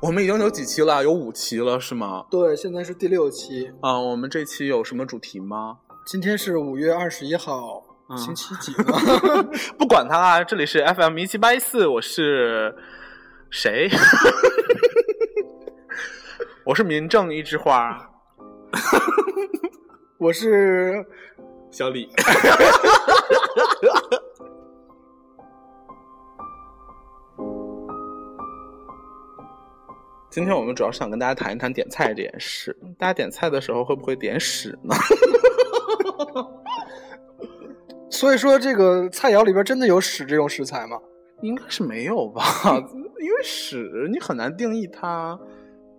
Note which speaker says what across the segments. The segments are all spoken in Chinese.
Speaker 1: 我们已经有几期了？有五期了是吗？
Speaker 2: 对，现在是第六期。
Speaker 1: 啊，我们这期有什么主题吗？
Speaker 2: 今天是五月二十一号，
Speaker 1: 嗯
Speaker 2: 星期几呢？
Speaker 1: 不管它啊，这里是 FM 一七八一四，我是谁？ 我是民政一枝花，
Speaker 2: 我是
Speaker 1: 小李。 今天我们主要是想跟大家谈一谈点菜这件事。大家点菜的时候会不会点屎呢？
Speaker 2: 所以说，这个菜肴里边真的有屎这种食材吗？
Speaker 1: 应该是没有吧， 因为屎你很难定义它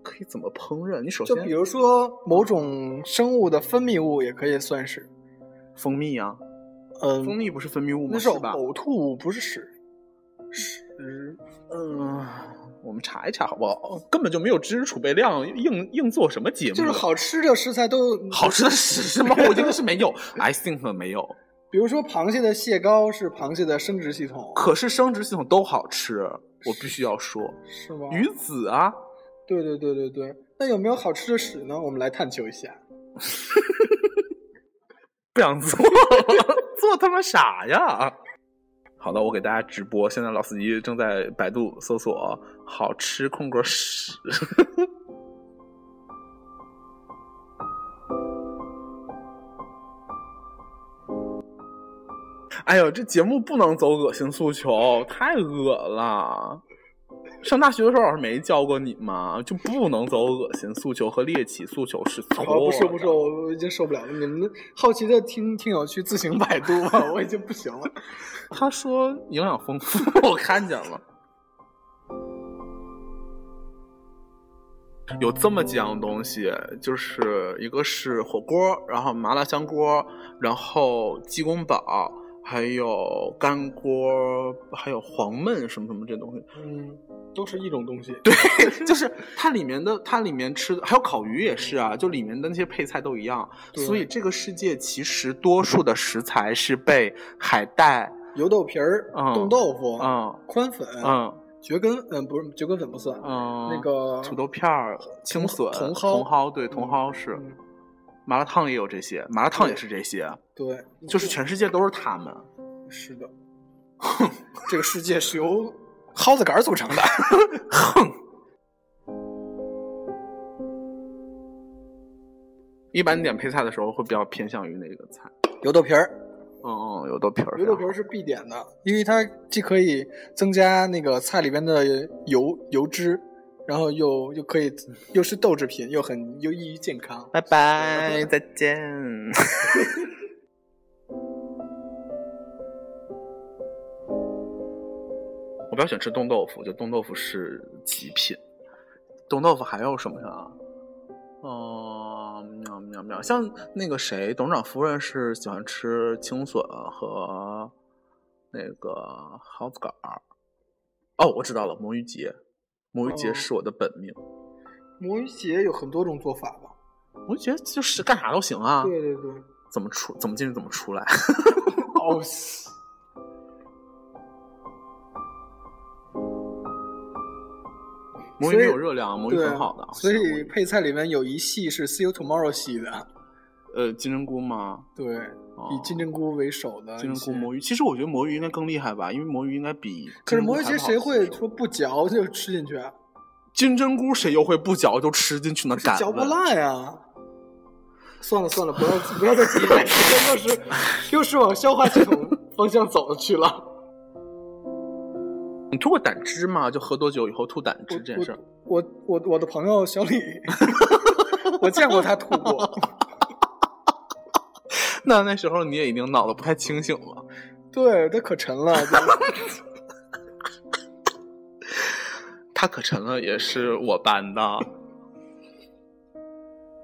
Speaker 1: 可以怎么烹饪。你首
Speaker 2: 就
Speaker 1: 先
Speaker 2: 比如说某种生物的分泌物也可以算是，
Speaker 1: 蜂蜜啊，
Speaker 2: 嗯，
Speaker 1: 蜂蜜不是分泌物吗？
Speaker 2: 那是
Speaker 1: 吧？
Speaker 2: 呕吐物，不是屎。
Speaker 1: 嗯、我们查一查好不好？根本就没有知识储备量，硬硬做什么节目？
Speaker 2: 就是好吃的食材都
Speaker 1: 好吃的屎是吗？我觉得是没有，I think 没有。
Speaker 2: 比如说螃蟹的蟹膏是螃蟹的生殖系统，
Speaker 1: 可是生殖系统都好吃，我必须要说，
Speaker 2: 是吗？
Speaker 1: 鱼子啊，
Speaker 2: 对对对对对。那有没有好吃的屎呢？我们来探求一下。
Speaker 1: 不想做， 做他妈傻呀！好的，我给大家直播，现在老司机正在百度搜索“好吃空格屎”。 哎呦，这节目不能走恶心诉求，太恶了。上大学的时候，老师没教过你吗？就不能走恶心诉求和猎奇诉求是错的。
Speaker 2: 好，不说不说，哦我我已经受不了了。你们好奇的听听友去自行百度吧，我已经不行了。
Speaker 1: 他说营养丰富， 我看见了。有这么几样东西，就是一个是火锅，然后麻辣香锅，然后鸡公煲，还有干锅，还有黄焖什么什么这东 西。
Speaker 2: 嗯，都是一种东西。
Speaker 1: 就是它里面的，它里面吃的，还有烤鱼也是啊，就里面的那些配菜都一样。
Speaker 2: 对
Speaker 1: 所以这个世界其实多数的食材是被海带，
Speaker 2: 油豆皮儿、
Speaker 1: 嗯
Speaker 2: 冻豆腐、
Speaker 1: 嗯
Speaker 2: 宽粉、
Speaker 1: 嗯
Speaker 2: 蕨根，嗯，不是蕨根粉不算，
Speaker 1: 嗯，
Speaker 2: 那个
Speaker 1: 土豆片儿、青笋、
Speaker 2: 茼蒿
Speaker 1: 茼蒿，对，茼
Speaker 2: 嗯
Speaker 1: 蒿是
Speaker 2: 嗯
Speaker 1: 麻辣烫也有这些，麻辣烫也是这些，
Speaker 2: 对，
Speaker 1: 就是全世界都是他们。
Speaker 2: 是的。 这个世界是由蒿子杆儿组 成的。
Speaker 1: 一般你点配菜的时候会比较偏向于哪个菜？
Speaker 2: 油豆皮儿，
Speaker 1: 嗯嗯，有豆皮儿，
Speaker 2: 油豆皮儿是必点的，因为它既可以增加那个菜里边的油油脂，然后又又可以又是豆制品，又很又益于健康。
Speaker 1: 拜拜，再见。我比较喜欢吃冻豆腐，就冻豆腐是极品。冻豆腐还有什么呀？哦、喵喵喵，像那个谁，董事长夫人是喜欢吃青笋和那个蒿子杆儿。哦，我知道了，魔芋结，魔芋结
Speaker 2: 哦
Speaker 1: 是我的本命。
Speaker 2: 魔芋结有很多种做法吧？
Speaker 1: 魔芋结就是干啥都行啊。
Speaker 2: 对对 对，
Speaker 1: 怎么出怎么进去怎么出来。
Speaker 2: 哦，
Speaker 1: 魔芋
Speaker 2: 所以
Speaker 1: 没有热量，魔芋
Speaker 2: 对
Speaker 1: 很好的。啊
Speaker 2: 所
Speaker 1: 我喜欢魔
Speaker 2: 以
Speaker 1: 芋
Speaker 2: 配菜里面有一系是 See You Tomorrow 系 的，
Speaker 1: 呃，金针菇吗？
Speaker 2: 对，
Speaker 1: 哦
Speaker 2: 以金针菇为首的
Speaker 1: 金
Speaker 2: 一
Speaker 1: 针
Speaker 2: 些
Speaker 1: 菇、魔芋，其实我觉得魔芋应该更厉害吧，因为魔芋应该比
Speaker 2: 可是魔芋
Speaker 1: 金针
Speaker 2: 结
Speaker 1: 菇还不
Speaker 2: 谁
Speaker 1: 好吃
Speaker 2: 会说不嚼就吃进去啊？
Speaker 1: 金针菇谁又会不嚼就吃进去呢？敢
Speaker 2: 嚼不
Speaker 1: 问
Speaker 2: 烂呀、算了算了，不要不要再提了，又是又是往消化系统方向走去了。
Speaker 1: 你吐过胆汁吗？就喝多酒以后吐胆汁这件事儿，
Speaker 2: 我我我的朋友小李， 我见过他吐过。
Speaker 1: 那那时候你也已经脑子不太清醒了。
Speaker 2: 对，他可沉了，
Speaker 1: 他可沉了，也是我班的。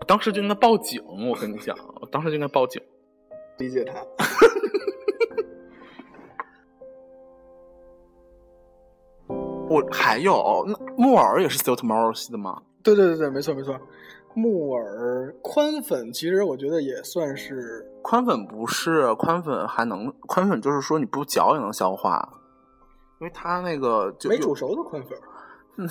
Speaker 1: 我当时就应该报警，我跟你讲，我当时就应该报警。
Speaker 2: 理解他。
Speaker 1: 我还有那木耳也是 still tomorrow 系的吗？
Speaker 2: 对对对对，没错没错。木耳宽粉其实我觉得也算是
Speaker 1: 宽粉不是宽粉，还能宽粉就是说你不嚼也能消化，因为它那个就
Speaker 2: 没
Speaker 1: 有
Speaker 2: 煮熟的宽粉，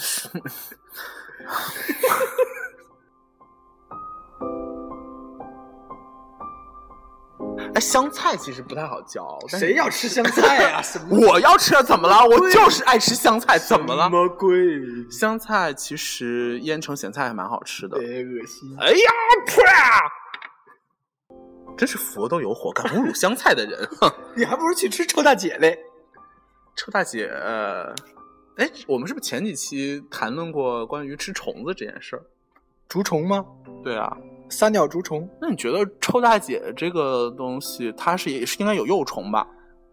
Speaker 1: 哎，香菜其实不太好嚼，但是
Speaker 2: 谁要吃香菜 呀、什么
Speaker 1: 我要吃了怎么了？我就是爱吃香菜，怎么了
Speaker 2: 什？么鬼？
Speaker 1: 香菜其实腌成咸菜还蛮好吃的。
Speaker 2: 别恶心！
Speaker 1: 哎呀，啪！真是佛都有火，敢侮辱香菜的人！ 哼
Speaker 2: 你还不如去吃臭大姐嘞。
Speaker 1: 臭大姐，呃哎、我们是不是前几期谈论过关于吃虫子这件事儿？
Speaker 2: 竹虫吗？
Speaker 1: 对啊，
Speaker 2: 撒尿竹虫？
Speaker 1: 那你觉得臭大姐这个东西，它是也是应该有幼虫吧？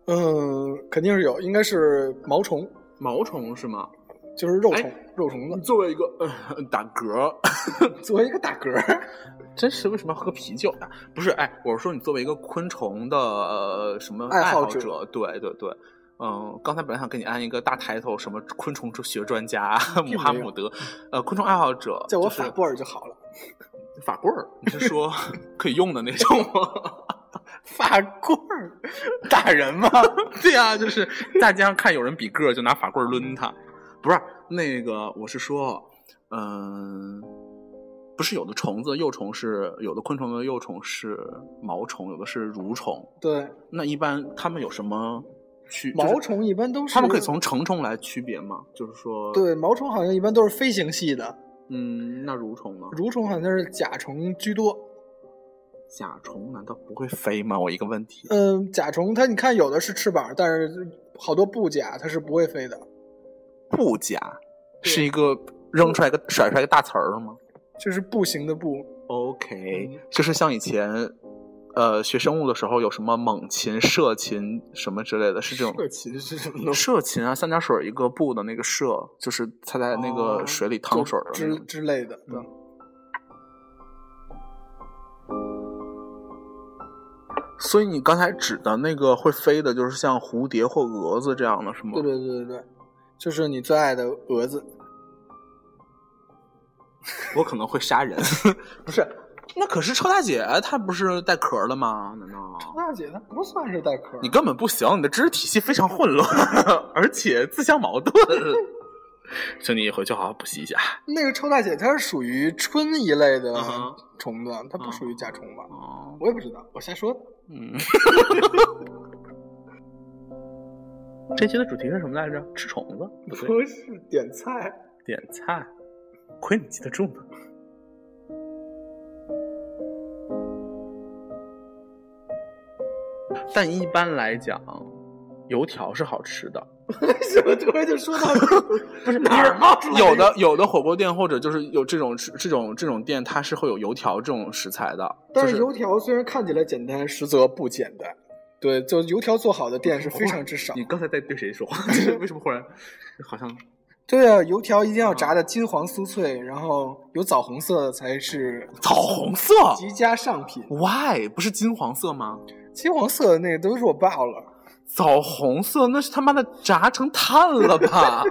Speaker 2: 嗯，肯定是有，应该是毛虫，
Speaker 1: 毛虫是吗？
Speaker 2: 就是肉虫，
Speaker 1: 哎
Speaker 2: 肉虫子。
Speaker 1: 作为一个、呃、打嗝，
Speaker 2: 作为一个打嗝儿，
Speaker 1: 真是为什么要喝啤酒呀、不是，哎，我是说你作为一个昆虫的、呃、什么
Speaker 2: 爱好
Speaker 1: 好
Speaker 2: 者
Speaker 1: 对对对，嗯，刚才本来想给你安一个大 title，什么昆虫学专家
Speaker 2: 并
Speaker 1: 姆哈
Speaker 2: 没有
Speaker 1: 姆德，呃，昆虫爱好者，
Speaker 2: 叫我
Speaker 1: 就是
Speaker 2: 法棍儿就好了。
Speaker 1: 法棍儿，你是 说可以用的那种吗？
Speaker 2: 法棍儿打人吗？
Speaker 1: 对呀、就是大街上看有人比个儿，就拿法棍儿抡他。不是那个，我是说，嗯、不是有的虫子幼虫是有的昆虫的幼虫是毛虫，有的是蠕虫。
Speaker 2: 对，
Speaker 1: 那一般它们有什么区？就是
Speaker 2: 毛虫一般都是
Speaker 1: 它们可以从成虫来区别吗？就是说，，
Speaker 2: 对毛虫好像一般都是飞行系的，
Speaker 1: 嗯，那蠕虫呢？
Speaker 2: 蠕虫好像是甲虫居多。
Speaker 1: 甲虫难道不会飞吗？我一个问题。
Speaker 2: 嗯，甲虫它你看有的是翅膀，但是好多布甲它是不会飞的，
Speaker 1: 布甲
Speaker 2: 对
Speaker 1: 是一个扔出来个甩出来个大词儿吗？
Speaker 2: 就是布形的布。
Speaker 1: OK，、
Speaker 2: 嗯
Speaker 1: 就是像以前，呃，学生物的时候有什么猛禽、射禽什么之类的，是这种
Speaker 2: 禽是什么
Speaker 1: 射禽啊，三点水一个布的那个射，就是它 在那
Speaker 2: 哦
Speaker 1: 个水里淌水儿的那
Speaker 2: 之
Speaker 1: 种。嗯
Speaker 2: 之类的。对，
Speaker 1: 所以你刚才指的那个会飞的，就是像蝴蝶或蛾子这样的，是吗？
Speaker 2: 对对对对对，就是你最爱的蛾子。
Speaker 1: 我可能会杀人，不是。 那可是臭大姐，她不是带壳儿的吗？难道
Speaker 2: 大姐她不算是带壳，
Speaker 1: 你根本不行？你的知识体系非常混乱， 而且自相矛盾。 兄弟，回去好好补习一下。
Speaker 2: 那个臭大姐它是属于春一类的
Speaker 1: 嗯哼
Speaker 2: 虫子，它不
Speaker 1: 嗯
Speaker 2: 属于甲虫吧？
Speaker 1: 哦，
Speaker 2: 我也不知道，我瞎说的。
Speaker 1: 嗯， 这期的主题是什么来着？吃虫子？不 对，
Speaker 2: 是点菜，
Speaker 1: 点菜。亏你记得住呢。但一般来讲，油条是好吃的。
Speaker 2: 为 什么突然就说到这个？不是哪儿冒出来？
Speaker 1: 有的，有的火锅店或者就是有这种吃这种这种店，它是会有油条这种食材的。
Speaker 2: 但
Speaker 1: 就是
Speaker 2: 油条虽然看起来简单，实则不简单。对，就油条做好的店是非常之少。
Speaker 1: 你刚才在对谁说 话？就是为什么忽然好像
Speaker 2: 对啊，油条一定要炸的金黄酥脆，然后有枣红色才是
Speaker 1: 枣红色
Speaker 2: 极佳上品。
Speaker 1: ？Why 不是金黄色吗？
Speaker 2: 金黄色的那个都弱爆了，
Speaker 1: 枣红色那是他妈的炸成炭了吧？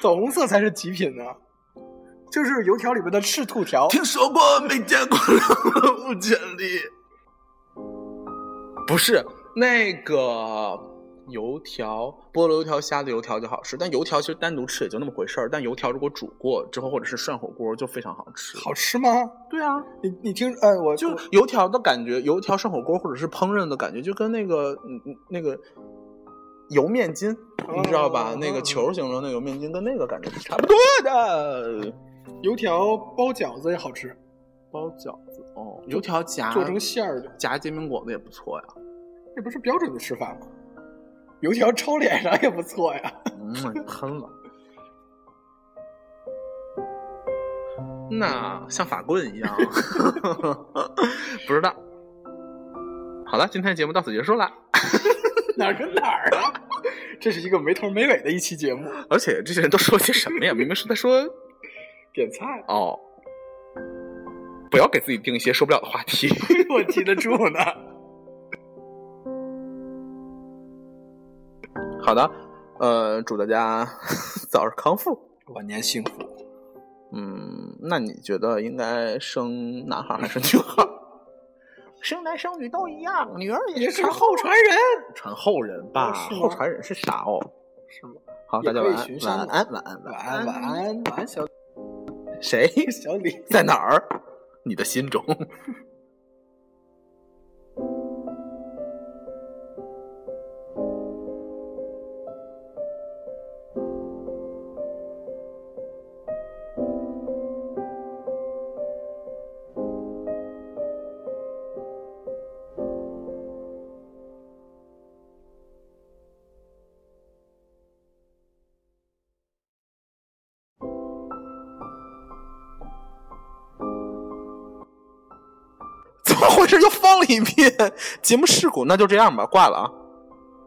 Speaker 2: 枣红色才是极品呢、就是油条里边的赤兔条，
Speaker 1: 听说过没见过的物权利？不是那个油条，菠萝油条、虾的油条就好吃，但油条其实单独吃也就那么回事儿。但油条如果煮过之后，或者是涮火锅，就非常好吃。
Speaker 2: 好吃吗？
Speaker 1: 对啊，
Speaker 2: 你你听，呃，我
Speaker 1: 就油条的感觉，油条涮火锅或者是烹饪的感觉，就跟那个嗯嗯那个油面筋，你知道吧？
Speaker 2: 哦
Speaker 1: 那个球形的那个油面筋跟那个感觉是差不多的。
Speaker 2: 油条包饺子也好吃，
Speaker 1: 包饺子哦，油条夹
Speaker 2: 做成馅儿的，
Speaker 1: 夹煎饼果子也不错呀。
Speaker 2: 这不是标准的吃法吗？油条抄脸上也不错呀。
Speaker 1: 嗯，喷了。那像法棍一样， 不知道。好了，今天的节目到此结束了。
Speaker 2: 哪儿跟哪儿啊？这是一个没头没尾的一期节目，
Speaker 1: 而且这些人都说些什么呀？明明是在说，
Speaker 2: 点菜
Speaker 1: 哦，不要给自己定一些说不了的话 题。
Speaker 2: 我记得住呢。
Speaker 1: 好的，呃，祝大家早日康复。
Speaker 2: 晚年幸福，
Speaker 1: 嗯，那你觉得应该生男孩还是女孩？生男生女都一样，女儿
Speaker 2: 也是后传人。
Speaker 1: 传后人吧？
Speaker 2: 是吗
Speaker 1: 后传人是啥哦？
Speaker 2: 是吗？
Speaker 1: 好，
Speaker 2: 也
Speaker 1: 大家
Speaker 2: 可以
Speaker 1: 晚安
Speaker 2: 巡，山
Speaker 1: 晚
Speaker 2: 嘛
Speaker 1: 安，晚安，
Speaker 2: 晚安，晚。安，晚安，小
Speaker 1: 谁
Speaker 2: 小李。
Speaker 1: 在哪儿？你的心中。 怎么回事？又放了一遍，节目事故，那就这样吧，挂了啊。